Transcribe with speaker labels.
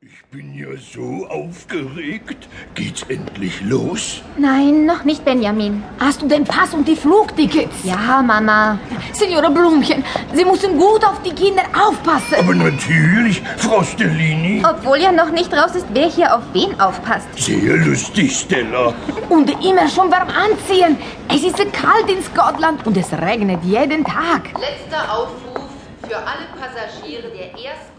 Speaker 1: Ich bin ja so aufgeregt. Geht's endlich los?
Speaker 2: Nein, noch nicht, Benjamin.
Speaker 3: Hast du den Pass und die Flugtickets?
Speaker 2: Ja, Mama.
Speaker 3: Signora Blumchen, Sie müssen gut auf die Kinder aufpassen.
Speaker 1: Aber natürlich, Frostellini.
Speaker 2: Obwohl ja noch nicht raus ist, wer hier auf wen aufpasst.
Speaker 1: Sehr lustig, Stella.
Speaker 3: Und immer schon warm anziehen. Es ist kalt in Schottland und es regnet jeden Tag.
Speaker 4: Letzter Aufruf für alle Passagiere der ersten